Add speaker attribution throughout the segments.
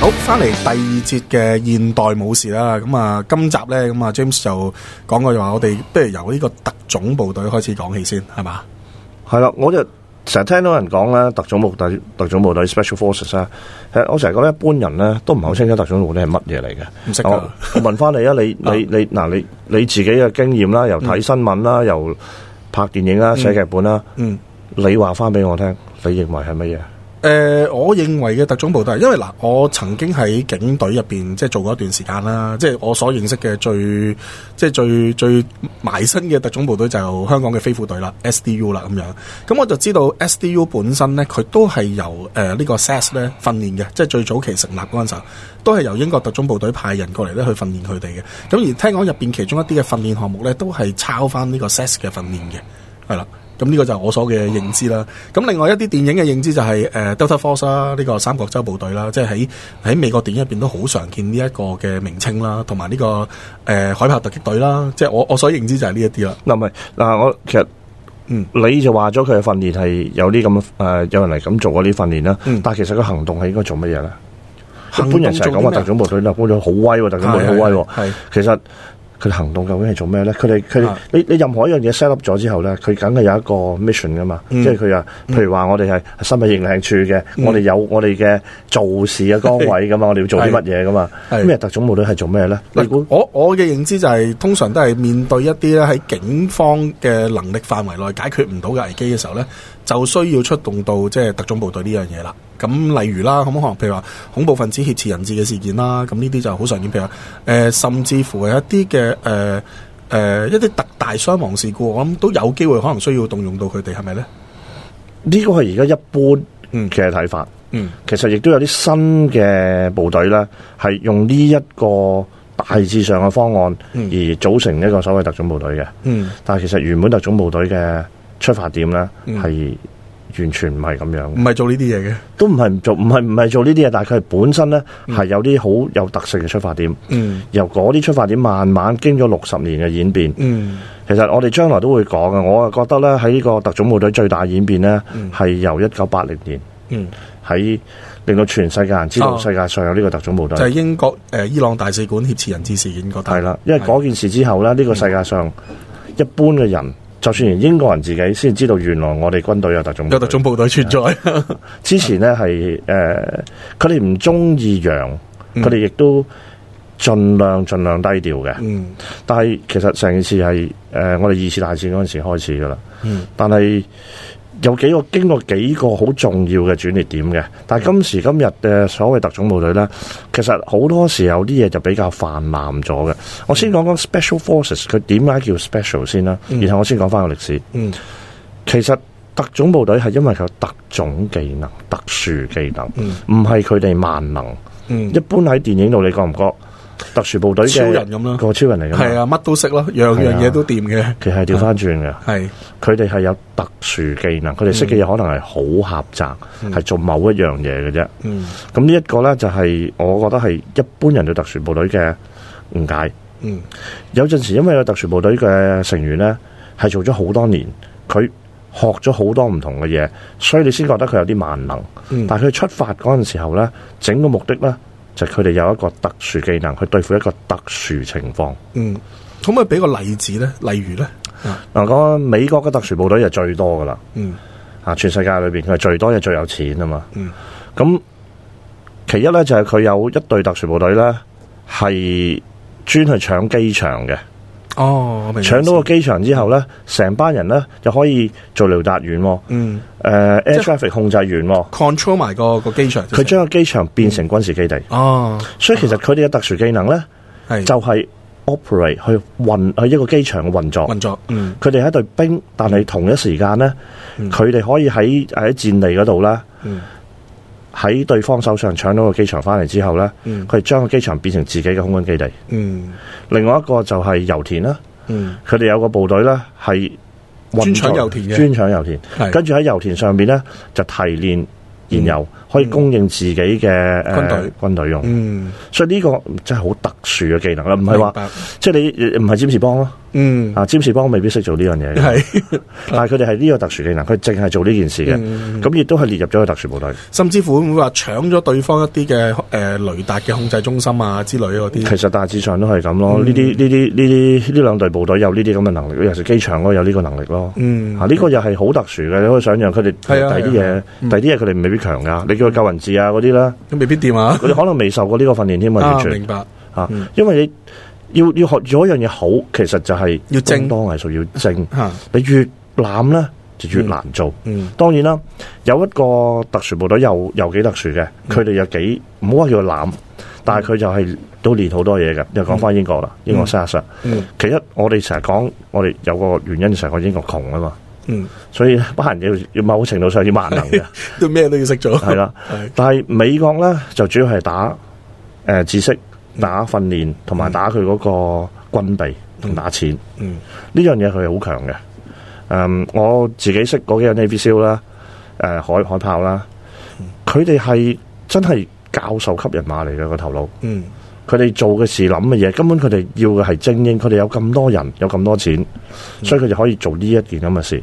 Speaker 1: 好，翻嚟第二節嘅現代武士啦，咁啊，今集咧，咁啊，James 就講過就話，我哋不如由呢個特種部隊開始講起先，係嘛？
Speaker 2: 係啦，我就成日聽到人講啦，特種部隊、特種部隊 （Special Forces） 啊，誒，我成日覺得一般人咧都唔係好清楚特種部隊係乜嘢嚟嘅。
Speaker 1: 唔識
Speaker 2: 我
Speaker 1: 噶，
Speaker 2: 我問翻你啊， 你你你嗱，你你自己嘅經驗啦，又
Speaker 1: 嗯
Speaker 2: 睇新聞啦，又拍電影啦，寫劇本啦，
Speaker 1: 嗯。
Speaker 2: 你話翻俾我聽，你認為係乜嘢？
Speaker 1: 誒、呃我認為嘅特種部隊，因為嗱，我曾經喺警隊入邊即係做過一段時間啦，即係我所認識嘅最即係最最埋身嘅特種部隊就係香港嘅飛虎隊啦，SDU 啦咁樣。咁我就知道 SDU 本身咧，佢都係由誒呃呢、個 SAS 咧訓練嘅，即係最早期成立嗰陣時候，都係由英國特種部隊派人過嚟咧去訓練佢哋嘅。咁而聽講入邊其中一啲嘅訓練項目咧，都係抄翻呢個 SAS 嘅訓練嘅。係啦。咁呢個就係我所嘅認知啦。咁另外一啲電影嘅認知就係、呃 Delta Force 啦，呢、個三角洲部隊啦，即係喺喺美國電影入邊都好常見呢一個嘅名稱啦，同埋呢個誒、呃海豹突擊隊啦，即係我我所認知就係呢一啲啦。
Speaker 2: 嗱，唔係嗱，我其實。
Speaker 1: 嗯
Speaker 2: 你就話咗佢嘅訓練係有啲咁誒，有人嚟咁做嗰啲訓練啦。
Speaker 1: 嗯
Speaker 2: 但係其實個行動係應該做乜嘢咧？
Speaker 1: 行
Speaker 2: 一
Speaker 1: 動
Speaker 2: 般人成日講話特種部隊，特種部隊好威喎，特種部隊好威喎。
Speaker 1: 係
Speaker 2: 其實佢哋行動究竟係做咩咧？佢哋佢哋
Speaker 1: 啊
Speaker 2: 你你任何一樣嘢 set up 咗之後咧，佢梗係有一個 mission 噶嘛，
Speaker 1: 嗯
Speaker 2: 即係佢啊，譬如話我哋係新聞認領處嘅，
Speaker 1: 嗯
Speaker 2: 我哋有我哋嘅做事嘅崗 位噶嘛，我哋要做啲乜嘢噶嘛？
Speaker 1: 係
Speaker 2: 咩特種部隊係做咩咧？你估
Speaker 1: 嗱，我我嘅認知就係、通常都係面對一啲咧喺警方嘅能力範圍內解決唔到嘅危機嘅時候咧，就需要出動到即係特種部隊呢樣嘢啦。咁例如啦，咁可能譬如話恐怖分子挾持人質嘅事件啦，咁呢啲就好常見。譬如話誒、呃甚至乎係一啲嘅誒誒一啲特大傷亡事故，我諗都有機會可能需要動用到佢哋，係咪咧？
Speaker 2: 呢個係而家一般
Speaker 1: 嗯
Speaker 2: 嘅睇法。
Speaker 1: 嗯
Speaker 2: 其實亦都有啲新嘅部隊咧，係用呢一個大致上嘅方案
Speaker 1: 嗯
Speaker 2: 而組成一個所謂特種部隊嘅。
Speaker 1: 嗯
Speaker 2: 但係其實原本特種部隊嘅出發點咧
Speaker 1: 嗯
Speaker 2: 係。完全唔係咁樣
Speaker 1: 唔，係做呢啲嘢嘅。
Speaker 2: 都唔係唔做，唔係唔係做呢啲嘢，但係佢係本身咧係有啲好有特色嘅出發點，
Speaker 1: 嗯
Speaker 2: 由嗰啲出發點慢慢經咗六十年嘅演變，
Speaker 1: 嗯
Speaker 2: 其實我哋將來都會講嘅。我啊覺得咧喺呢個特種部隊最大演變咧係由一九八零年
Speaker 1: 嗯，
Speaker 2: 喺令到全世界人知道
Speaker 1: 哦
Speaker 2: 世界上有呢個特種部
Speaker 1: 就係、
Speaker 2: 隊，
Speaker 1: 英國誒、呃伊朗大使館挾持人質事件嗰單
Speaker 2: 係啦，因為嗰件事之後咧，呢
Speaker 1: 嗯
Speaker 2: 個世界上一般嘅人，就算連英國人自己先知道原來我哋軍隊有特種部
Speaker 1: 有特
Speaker 2: 隊。
Speaker 1: 種部隊存在。
Speaker 2: 之前咧係誒，呃佢哋唔中意揚，佢哋亦都盡量盡量低調嘅。
Speaker 1: 嗯
Speaker 2: 但係其實成件事係誒、呃我哋二次大戰嗰陣時開始噶啦。
Speaker 1: 嗯
Speaker 2: 但係有幾個經過幾個好重要嘅轉捩點嘅，但係今時今日嘅所謂特種部隊呢，其實好多時候啲嘢就比較泛濫咗嘅。我先講講 Special Forces，佢點解叫 Special 先啦，
Speaker 1: 嗯
Speaker 2: 然後我先講翻個歷史。
Speaker 1: 嗯
Speaker 2: 其實特種部隊係因為佢有特種技能、特殊技能，
Speaker 1: 嗯
Speaker 2: 唔係佢哋萬能。
Speaker 1: 嗯
Speaker 2: 一，般喺電影度你覺唔覺特殊部隊嘅
Speaker 1: 超人咁啦
Speaker 2: 個超人嚟㗎嘛
Speaker 1: 係啊，乜都識咯，樣樣嘢都掂嘅，
Speaker 2: 其實係調翻轉嘅。
Speaker 1: 係啊嗯
Speaker 2: 佢哋係啊有特殊技能，佢哋識嘅嘢可能係好狹窄，係、做某一樣嘢嘅啫。
Speaker 1: 嗯
Speaker 2: 咁呢一個呢，就係、我覺得係一般人對特殊部隊嘅誤解。
Speaker 1: 嗯
Speaker 2: 有陣時因為有特殊部隊嘅成員呢，係做咗好多年，佢學咗好多唔同嘅嘢，所以你先覺得佢有啲萬能。
Speaker 1: 嗯
Speaker 2: 但係佢出發嗰陣時候呢，整個目的呢，就係佢哋有一個特殊技能去對付一個特殊情況。
Speaker 1: 嗯，可唔可以俾個例子咧？例如咧，
Speaker 2: 嗱，講美國嘅特殊部隊就最多噶啦。
Speaker 1: 嗯
Speaker 2: 啊，全世界裏邊佢係最多嘢最有錢啊嘛。
Speaker 1: 嗯
Speaker 2: 咁其一咧就係佢有一隊特殊部隊咧，係專去搶機場嘅。
Speaker 1: 哦，我明
Speaker 2: 搶到
Speaker 1: 個
Speaker 2: 個機場之後咧，成班人咧就可以做調達員喎，
Speaker 1: 嗯
Speaker 2: 誒 air
Speaker 1: 即係
Speaker 2: traffic 控制員喎。
Speaker 1: control 埋個個機場，
Speaker 2: 佢將個機場變成軍事基地，
Speaker 1: 哦
Speaker 2: 所以其實佢哋嘅特殊技能咧
Speaker 1: 係
Speaker 2: 就係 operate 去運呃去一個機場嘅運作。
Speaker 1: 運作，嗯
Speaker 2: 佢哋係一隊兵，但係同一時間咧，
Speaker 1: 嗯
Speaker 2: 佢哋可以喺喺戰地嗰度咧。
Speaker 1: 嗯
Speaker 2: 喺對方手上搶到個機場翻嚟之後呢，
Speaker 1: 嗯
Speaker 2: 佢將個機場變成自己嘅空軍基地。
Speaker 1: 嗯
Speaker 2: 另外一個就係油田啦，
Speaker 1: 嗯
Speaker 2: 佢哋有個部隊呢係運作
Speaker 1: 專搶油田嘅
Speaker 2: 專搶油田。
Speaker 1: 係
Speaker 2: 跟住喺油田上邊呢，就提煉燃油，可以供應自己嘅、呃
Speaker 1: 嗯軍隊
Speaker 2: 軍隊用。
Speaker 1: 嗯，
Speaker 2: 所以呢個真係好特殊嘅技能啦，唔係
Speaker 1: 明
Speaker 2: 話
Speaker 1: 白
Speaker 2: 即係你唔係占士邦咯，
Speaker 1: 嗯，
Speaker 2: 啊，占士邦未必識做呢樣 嘢嘅，
Speaker 1: 系，
Speaker 2: 但係佢哋係呢個特殊技能，佢淨係做呢件事
Speaker 1: 嗯
Speaker 2: 嘅，咁亦都係列入咗去特殊部隊。
Speaker 1: 甚至乎會唔會話搶咗對方一啲嘅诶雷達嘅控制中心啊之類嗰
Speaker 2: 其
Speaker 1: 啲？
Speaker 2: 實大致上都係咁咯，
Speaker 1: 嗯
Speaker 2: 呢啲呢啲呢啲呢兩隊部隊有呢啲咁嘅能力，尤其是機場嗰個有呢個能力咯。
Speaker 1: 嗯
Speaker 2: 啊，呢個又係好特殊嘅，你可以想象佢哋第
Speaker 1: 係啊
Speaker 2: 啲
Speaker 1: 係
Speaker 2: 嘢，第啲嘢佢哋未必強噶。你叫佢救人質啊嗰啲啦，
Speaker 1: 咁未必掂啊！
Speaker 2: 佢哋可能未受過呢個訓練添啊，
Speaker 1: 啊，
Speaker 2: 完全
Speaker 1: 明嗯白，
Speaker 2: 啊，因為你要要學咗一樣嘢好，其實就係
Speaker 1: 要精
Speaker 2: 工當藝術要精，
Speaker 1: 吓，
Speaker 2: 你越濫咧就越難做。
Speaker 1: 嗯
Speaker 2: 當然啦，有一個特殊部隊又又幾特殊嘅，
Speaker 1: 嗯
Speaker 2: 佢哋有幾唔好話叫佢濫，但係佢就係都練好多嘢嘅。又講翻英國啦，英國沙上，
Speaker 1: 嗯
Speaker 2: 其一我哋成日講，我哋有個原因成日講英國窮啊嘛，
Speaker 1: 嗯，
Speaker 2: 所以不行要要某程度上要萬能 嘅，
Speaker 1: 都咩都要識做，
Speaker 2: 係啦。
Speaker 1: 係，
Speaker 2: 但係美國咧就主要係打誒、呃知識、打訓練同埋打佢嗰個軍備同打錢。
Speaker 1: 嗯
Speaker 2: 呢樣嘢佢係好強嘅。誒、嗯我自己識嗰幾個 Navy SEAL 啦，誒、海海豹啦，佢哋係真係教授級人馬嚟嘅個頭腦。
Speaker 1: 嗯
Speaker 2: 佢哋做嘅事諗嘅嘢，根本佢哋要嘅係精英，佢哋有咁多人，有咁多錢，所以佢哋可以做呢一件咁嘅事。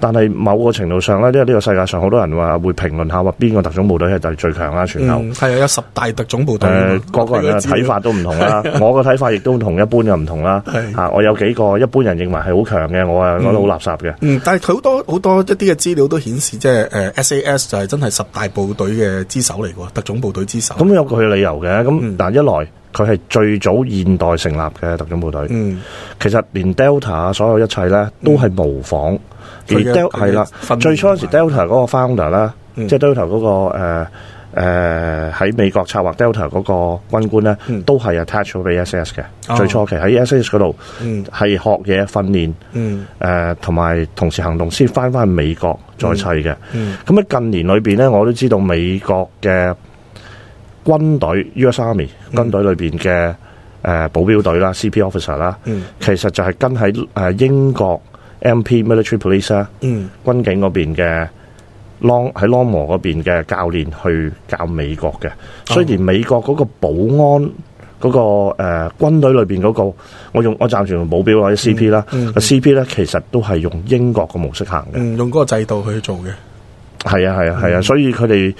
Speaker 2: 但係某個程度上咧，因為呢個世界上好多人話會評論下話邊個特種部隊係特最強啦，全球。
Speaker 1: 嗯，系啊，有十大特種部隊啊
Speaker 2: 誒
Speaker 1: 嘛，
Speaker 2: 呃個個人嘅睇法都唔同啦， 我嘅睇法亦都同一般嘅唔同啦。
Speaker 1: 係
Speaker 2: 啊，我有幾個一般人認為係好強嘅，我啊覺得好垃圾嘅。
Speaker 1: 嗯，但係佢好多好多一啲嘅資料都顯示，即係誒 SAS 就係真係十大部隊嘅之首嚟喎，特種部隊之首。
Speaker 2: 咁有佢嘅理由嘅。
Speaker 1: 嗯
Speaker 2: 咁嗱，一來佢係最早現代成立嘅特種部隊，
Speaker 1: 嗯，
Speaker 2: 其實連 Delta 啊所有一切咧都係模仿。而
Speaker 1: 佢嘅
Speaker 2: Del
Speaker 1: 佢嘅
Speaker 2: 係啦
Speaker 1: 訓練，
Speaker 2: 最初嗰時
Speaker 1: 同
Speaker 2: Delta 嗰個 founder 啦，
Speaker 1: 嗯
Speaker 2: 即係 Delta 嗰個誒誒喺美國策劃 Delta 嗰個軍官咧，都係 attach 咗俾 SS
Speaker 1: 嗯哦
Speaker 2: 嘅。最初期喺 SS 嗰度
Speaker 1: 嗯
Speaker 2: 係學嘢訓練。
Speaker 1: 嗯
Speaker 2: 誒呃同埋同時行動先翻翻去美國再砌嘅。咁喺、
Speaker 1: 嗯
Speaker 2: 近年裏邊咧，我都知道美國嘅軍隊 U.S. Army
Speaker 1: 嗯
Speaker 2: 軍隊裏邊嘅誒保鏢隊啦、C.P. officer 啦，
Speaker 1: 嗯
Speaker 2: 其實就係跟喺誒英國 M.P. military police 啊啦
Speaker 1: 嗯
Speaker 2: 軍警嗰邊嘅。朗喺朗摩嗰邊嘅教練去教美國
Speaker 1: 哦
Speaker 2: 嘅，所以連美國嗰個保安嗰、個誒、呃、軍隊裏邊嗰個，我用我暫時用保鏢或者 CP 啦，
Speaker 1: 嗯嗯
Speaker 2: 個 CP 咧其實都係用英國個模式行嘅，
Speaker 1: 嗯，用嗰個制度去做嘅。
Speaker 2: 係啊係啊係啊，所以佢哋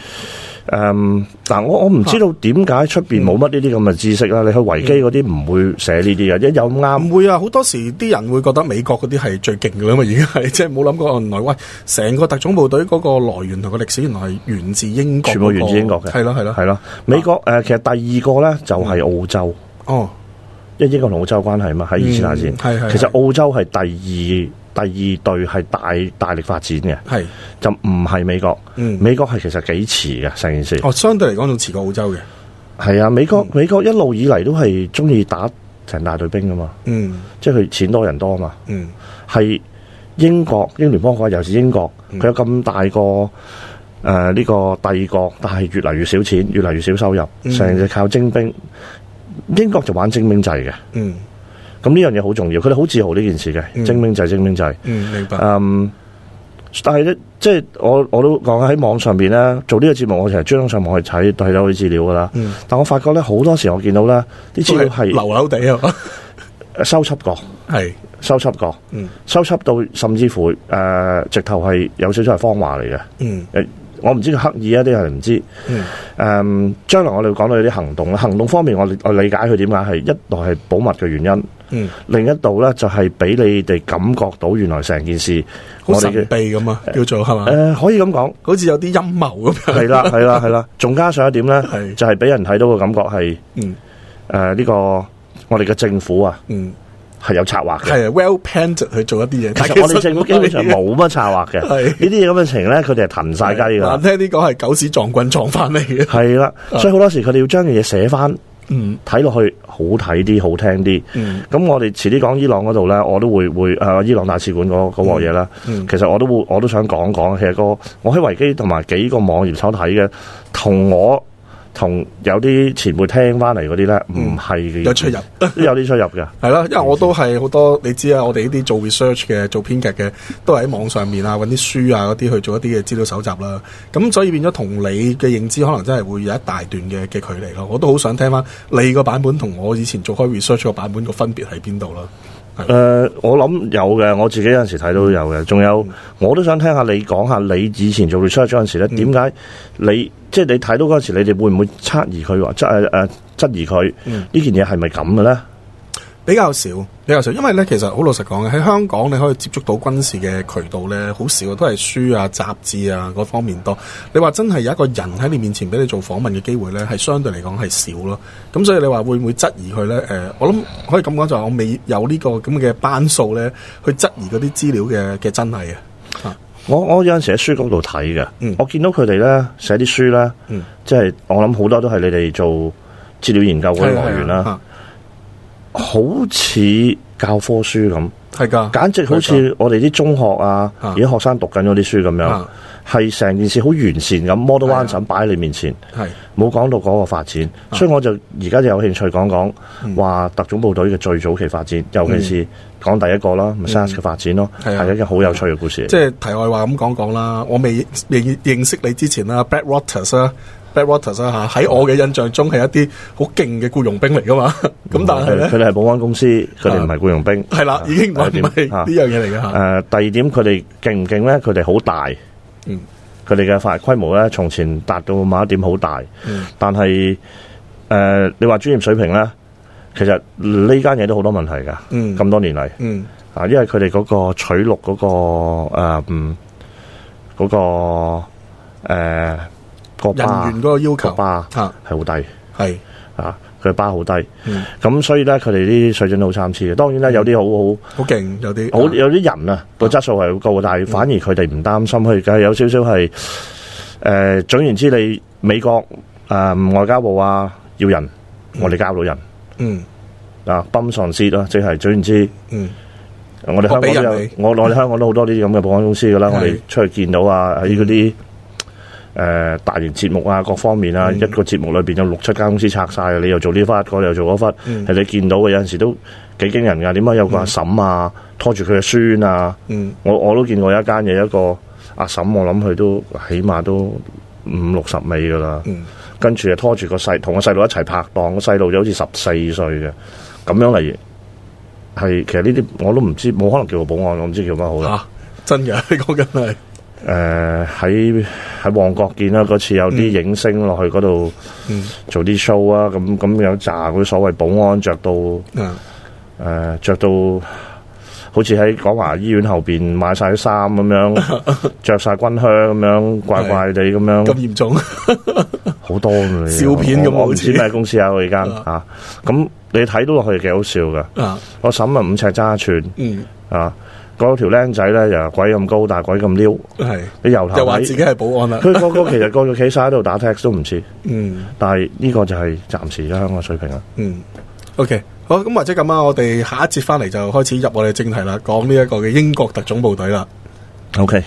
Speaker 2: 誒嗱我我唔知道點解出
Speaker 1: 嗯
Speaker 2: 邊冇乜呢啲咁嘅知識啦，你去維基嗰啲唔會寫呢啲嘅，一有啱
Speaker 1: 唔會啊，好多時啲人會覺得美國嗰啲係最勁嘅啦嘛，而家係即係冇諗過哦原來喂，成個特種部隊嗰個來源同個歷史原來係源自英國嗰
Speaker 2: 全
Speaker 1: 個，
Speaker 2: 部源自英國嘅，
Speaker 1: 係咯係咯，
Speaker 2: 係咯，美國誒、呃其實第二個咧就係澳洲。
Speaker 1: 哦，
Speaker 2: 因為英國同澳洲關係嘛，喺二次大
Speaker 1: 嗯係係
Speaker 2: 啊戰，其實澳洲係第二第二隊係大大力發展嘅，
Speaker 1: 係，
Speaker 2: 就唔係美國。
Speaker 1: 嗯，
Speaker 2: 美國係其實幾遲嘅成件事，
Speaker 1: 哦，嗯相對嚟講仲遲過澳洲嘅，
Speaker 2: 係啊，美國美國一路以嚟都係中意打成大隊兵噶嘛，
Speaker 1: 嗯
Speaker 2: 即係佢錢多人多嘛，
Speaker 1: 嗯
Speaker 2: 係英國英聯邦國，尤其是英國，
Speaker 1: 嗯
Speaker 2: 佢有咁大個。誒呢、個帝國，但係越嚟越少錢，越嚟越少收入，
Speaker 1: 嗯
Speaker 2: 成日靠徵兵。英國就玩徵兵制嘅，
Speaker 1: 嗯
Speaker 2: 咁呢樣嘢好重要，佢哋好自豪呢件事
Speaker 1: 嗯
Speaker 2: 嘅，精兵制精兵制。
Speaker 1: 嗯，明白，
Speaker 2: 嗯，但係咧，即係我我都講喺網上邊咧做呢個節目，我成日將上網去睇睇到啲資料噶啦。
Speaker 1: 嗯
Speaker 2: 但我發覺咧，好多時我見到咧啲資料
Speaker 1: 都係
Speaker 2: 係
Speaker 1: 流流地啊，
Speaker 2: 收輯過、
Speaker 1: 係，
Speaker 2: 收輯過、
Speaker 1: 嗯
Speaker 2: 收輯到甚至乎誒、呃直頭係有少少係謊話嚟嘅。
Speaker 1: 嗯
Speaker 2: 誒，我唔知佢刻意啊，啲人唔知。
Speaker 1: 嗯
Speaker 2: 誒，將來我哋會講到有啲行動啦，行動方面我理我理解佢點解係一來係保密嘅原因。
Speaker 1: 嗯，
Speaker 2: 另一度咧就係俾你哋感覺到原來成件事，
Speaker 1: 好
Speaker 2: 我哋
Speaker 1: 神
Speaker 2: 嘅
Speaker 1: 秘咁啊，叫做係嘛？
Speaker 2: 誒可以咁講，
Speaker 1: 好似有啲陰謀咁樣。
Speaker 2: 係 啦係啦係啦，仲加上一點咧
Speaker 1: 係，
Speaker 2: 就係俾人睇到嘅感覺係
Speaker 1: 嗯
Speaker 2: 誒呢個我哋嘅政府啊
Speaker 1: 嗯，
Speaker 2: 係有策劃
Speaker 1: 系
Speaker 2: 嘅。
Speaker 1: 啊，well planned 去做一啲嘢。
Speaker 2: 其實我哋政府基本上冇乜策劃 嘅，
Speaker 1: 係
Speaker 2: 呢啲嘢咁嘅情咧，佢哋係騰晒雞㗎
Speaker 1: 難
Speaker 2: 啦，
Speaker 1: 聽啲講係狗屎撞棍撞翻嚟嘅。
Speaker 2: 係啊啦，所以好多時佢哋要將嘢寫翻
Speaker 1: 嗯
Speaker 2: 睇落去好睇啲、好聽啲。
Speaker 1: 嗯
Speaker 2: 咁我哋遲啲講伊朗嗰度咧，我都會會誒、呃伊朗大使館嗰嗰鑊嘢啦。
Speaker 1: 嗯
Speaker 2: 其實我都會我都想講講，其實個我喺維基同埋幾個網頁所睇嘅，同我同有啲前輩聽翻嚟嗰啲咧，唔係嘅
Speaker 1: 嗯有出入
Speaker 2: 都 有啲出入嘅。
Speaker 1: 係啦，因為我都係好多你知啊，我哋呢啲做 research 嘅、做編劇嘅，都係喺網上面啊，揾啲書啊嗰啲去做一啲嘅資料搜集啦。咁所以變咗同你嘅認知可能真係會有一大段嘅嘅距離咯。我都好想聽翻你個版本同我以前做開 research 個版本個分別喺邊度啦。
Speaker 2: 誒、呃我諗有嘅，我自己有陣時睇到有嘅。仲
Speaker 1: 嗯
Speaker 2: 有，我都想聽下你講下你以前做 research 嗰陣
Speaker 1: 嗯
Speaker 2: 時咧，點解你即係你睇到嗰陣時，你哋會唔會質疑佢話質誒誒質疑佢
Speaker 1: 嗯
Speaker 2: 呢件嘢係咪咁嘅咧？
Speaker 1: 比較少，比較少，因為咧其實好老實講嘅，喺香港你可以接觸到軍事嘅渠道咧，好少，都係書啊、雜誌啊嗰方面多。你話真係有一個人喺你面前俾你做訪問嘅機會咧，係相對嚟講係少咯。咁所以你話會唔會質疑佢咧？誒、我諗可以咁講就係我未有呢個咁嘅班數咧，去質疑嗰啲資料嘅嘅真偽啊。
Speaker 2: 我我有陣時喺書局度睇嘅，
Speaker 1: 嗯
Speaker 2: 我見到佢哋咧寫啲書咧，
Speaker 1: 嗯
Speaker 2: 即係我諗好多都係你哋做資料研究嗰啲來源啦，
Speaker 1: 啊，
Speaker 2: 好似教科書咁，
Speaker 1: 係㗎，
Speaker 2: 簡直好似我哋啲中學啊，
Speaker 1: 啊
Speaker 2: 而家學生讀緊嗰啲書咁樣
Speaker 1: 啊，
Speaker 2: 係成件事好完善咁，model
Speaker 1: 係啊
Speaker 2: one 咁擺喺你面前，
Speaker 1: 係
Speaker 2: 冇講到嗰個發展，所以我就而家就有興趣講
Speaker 1: 嗯
Speaker 2: 講話特種部隊嘅最早期發展，尤其是講第一個啦 m a s 嘅發展咯，
Speaker 1: 嗯係啊
Speaker 2: 係一個好有趣嘅故事。
Speaker 1: 即係題外話咁講講啦，我未認認識你之前啦，Brad Waters 啦。Brad Waters 啦嚇，
Speaker 2: 嗯
Speaker 1: 喺我嘅印象中係一啲好勁嘅僱傭兵嚟噶 嘛，咁但係啊咧
Speaker 2: 佢嗯哋係保安公司，佢哋唔係僱傭兵。
Speaker 1: 係啦，已經唔係
Speaker 2: 第一
Speaker 1: 唔係
Speaker 2: 點啊
Speaker 1: 呢樣嘢嚟嘅
Speaker 2: 誒、
Speaker 1: 嚇，
Speaker 2: 第二點，佢哋勁唔勁咧？佢哋好大，
Speaker 1: 嗯，
Speaker 2: 佢哋嘅發規模咧，從前達到某一點好大，
Speaker 1: 嗯
Speaker 2: 但係誒、呃你話專業水平咧，其實呢間嘢都好多問題㗎。
Speaker 1: 嗯
Speaker 2: 咁多年嚟
Speaker 1: 嗯
Speaker 2: 啊，因為佢哋嗰個取錄嗰、個呃嗯嗰、個誒、呃、個
Speaker 1: 人
Speaker 2: 巴
Speaker 1: 員嗰個要
Speaker 2: 個
Speaker 1: 求
Speaker 2: 巴
Speaker 1: 嚇
Speaker 2: 係好低
Speaker 1: 係
Speaker 2: 啊，佢巴好低，咁、
Speaker 1: 嗯
Speaker 2: 所以咧佢哋啲水準都好參差嘅。當然啦，有啲好好。
Speaker 1: 好勁有啲
Speaker 2: 好有啲人
Speaker 1: 嗯
Speaker 2: 啊，個質素係好高，但係反而佢哋唔擔心，佢梗係有少少係誒。總言之，你美國誒、呃外交部啊要人，我哋交到人
Speaker 1: 嗯
Speaker 2: 啊，泵上司啦，即係總言之，
Speaker 1: 嗯
Speaker 2: 我哋香港都
Speaker 1: 我俾人
Speaker 2: 有
Speaker 1: 你，
Speaker 2: 我我哋香港都好多呢啲咁嘅保安公司噶啦，
Speaker 1: 係
Speaker 2: 我哋出去見到啊，喺嗰啲。誒、大型節目啊，各方面
Speaker 1: 嗯
Speaker 2: 啊，一個節目裏邊有六七間公司拆晒，你又做呢忽，嗰你又做嗰忽，係、
Speaker 1: 嗯
Speaker 2: 你見到嘅有陣時都幾驚人㗎。點解有個阿嬸啊，拖住佢嘅孫啊？
Speaker 1: 嗯
Speaker 2: 我我都見過一間嘢，一個阿嬸，我諗佢都起碼都五六十尾噶啦。
Speaker 1: 嗯
Speaker 2: 跟住就拖住個細同個細路一齊拍檔，個細路就好似十四歲嘅咁樣嚟，係其實呢啲我都唔知，冇可能叫個保安，我唔知叫乜好啦。
Speaker 1: 嚇啊真嘅 你講緊係
Speaker 2: 誒喺喺旺角見啦，嗰次有啲影星落去嗰度
Speaker 1: 嗯
Speaker 2: 做啲 show 啊，咁咁有扎嗰啲所謂保安着到。
Speaker 1: 啊
Speaker 2: 誒、呃着到好似喺廣華醫院後邊買晒啲衫 咁樣，着晒軍靴咁樣，怪怪地咁
Speaker 1: 咁
Speaker 2: 樣，
Speaker 1: 嚴重
Speaker 2: 好多嘅
Speaker 1: 笑片咁
Speaker 2: 我我
Speaker 1: 好
Speaker 2: 唔
Speaker 1: 似
Speaker 2: 知咩公司 啊，佢間嚇。咁你睇到落去幾好笑㗎。
Speaker 1: 啊
Speaker 2: 我嬸啊五尺揸一寸
Speaker 1: 嗯
Speaker 2: 啊，嗰條僆仔咧又鬼咁高，但係鬼咁撩，
Speaker 1: 係
Speaker 2: 你由頭
Speaker 1: 又話自
Speaker 2: 睇
Speaker 1: 己係保安啦，
Speaker 2: 佢個個其實個個企晒喺度打 text 都唔似，
Speaker 1: 嗯。
Speaker 2: 但係呢個就係暫時而家香港水平啦。
Speaker 1: 嗯，OK，好，咁或者咁啊，我哋下一節翻嚟就開始入我哋正題啦，講呢一個嘅英國特種部隊啦。
Speaker 2: OK。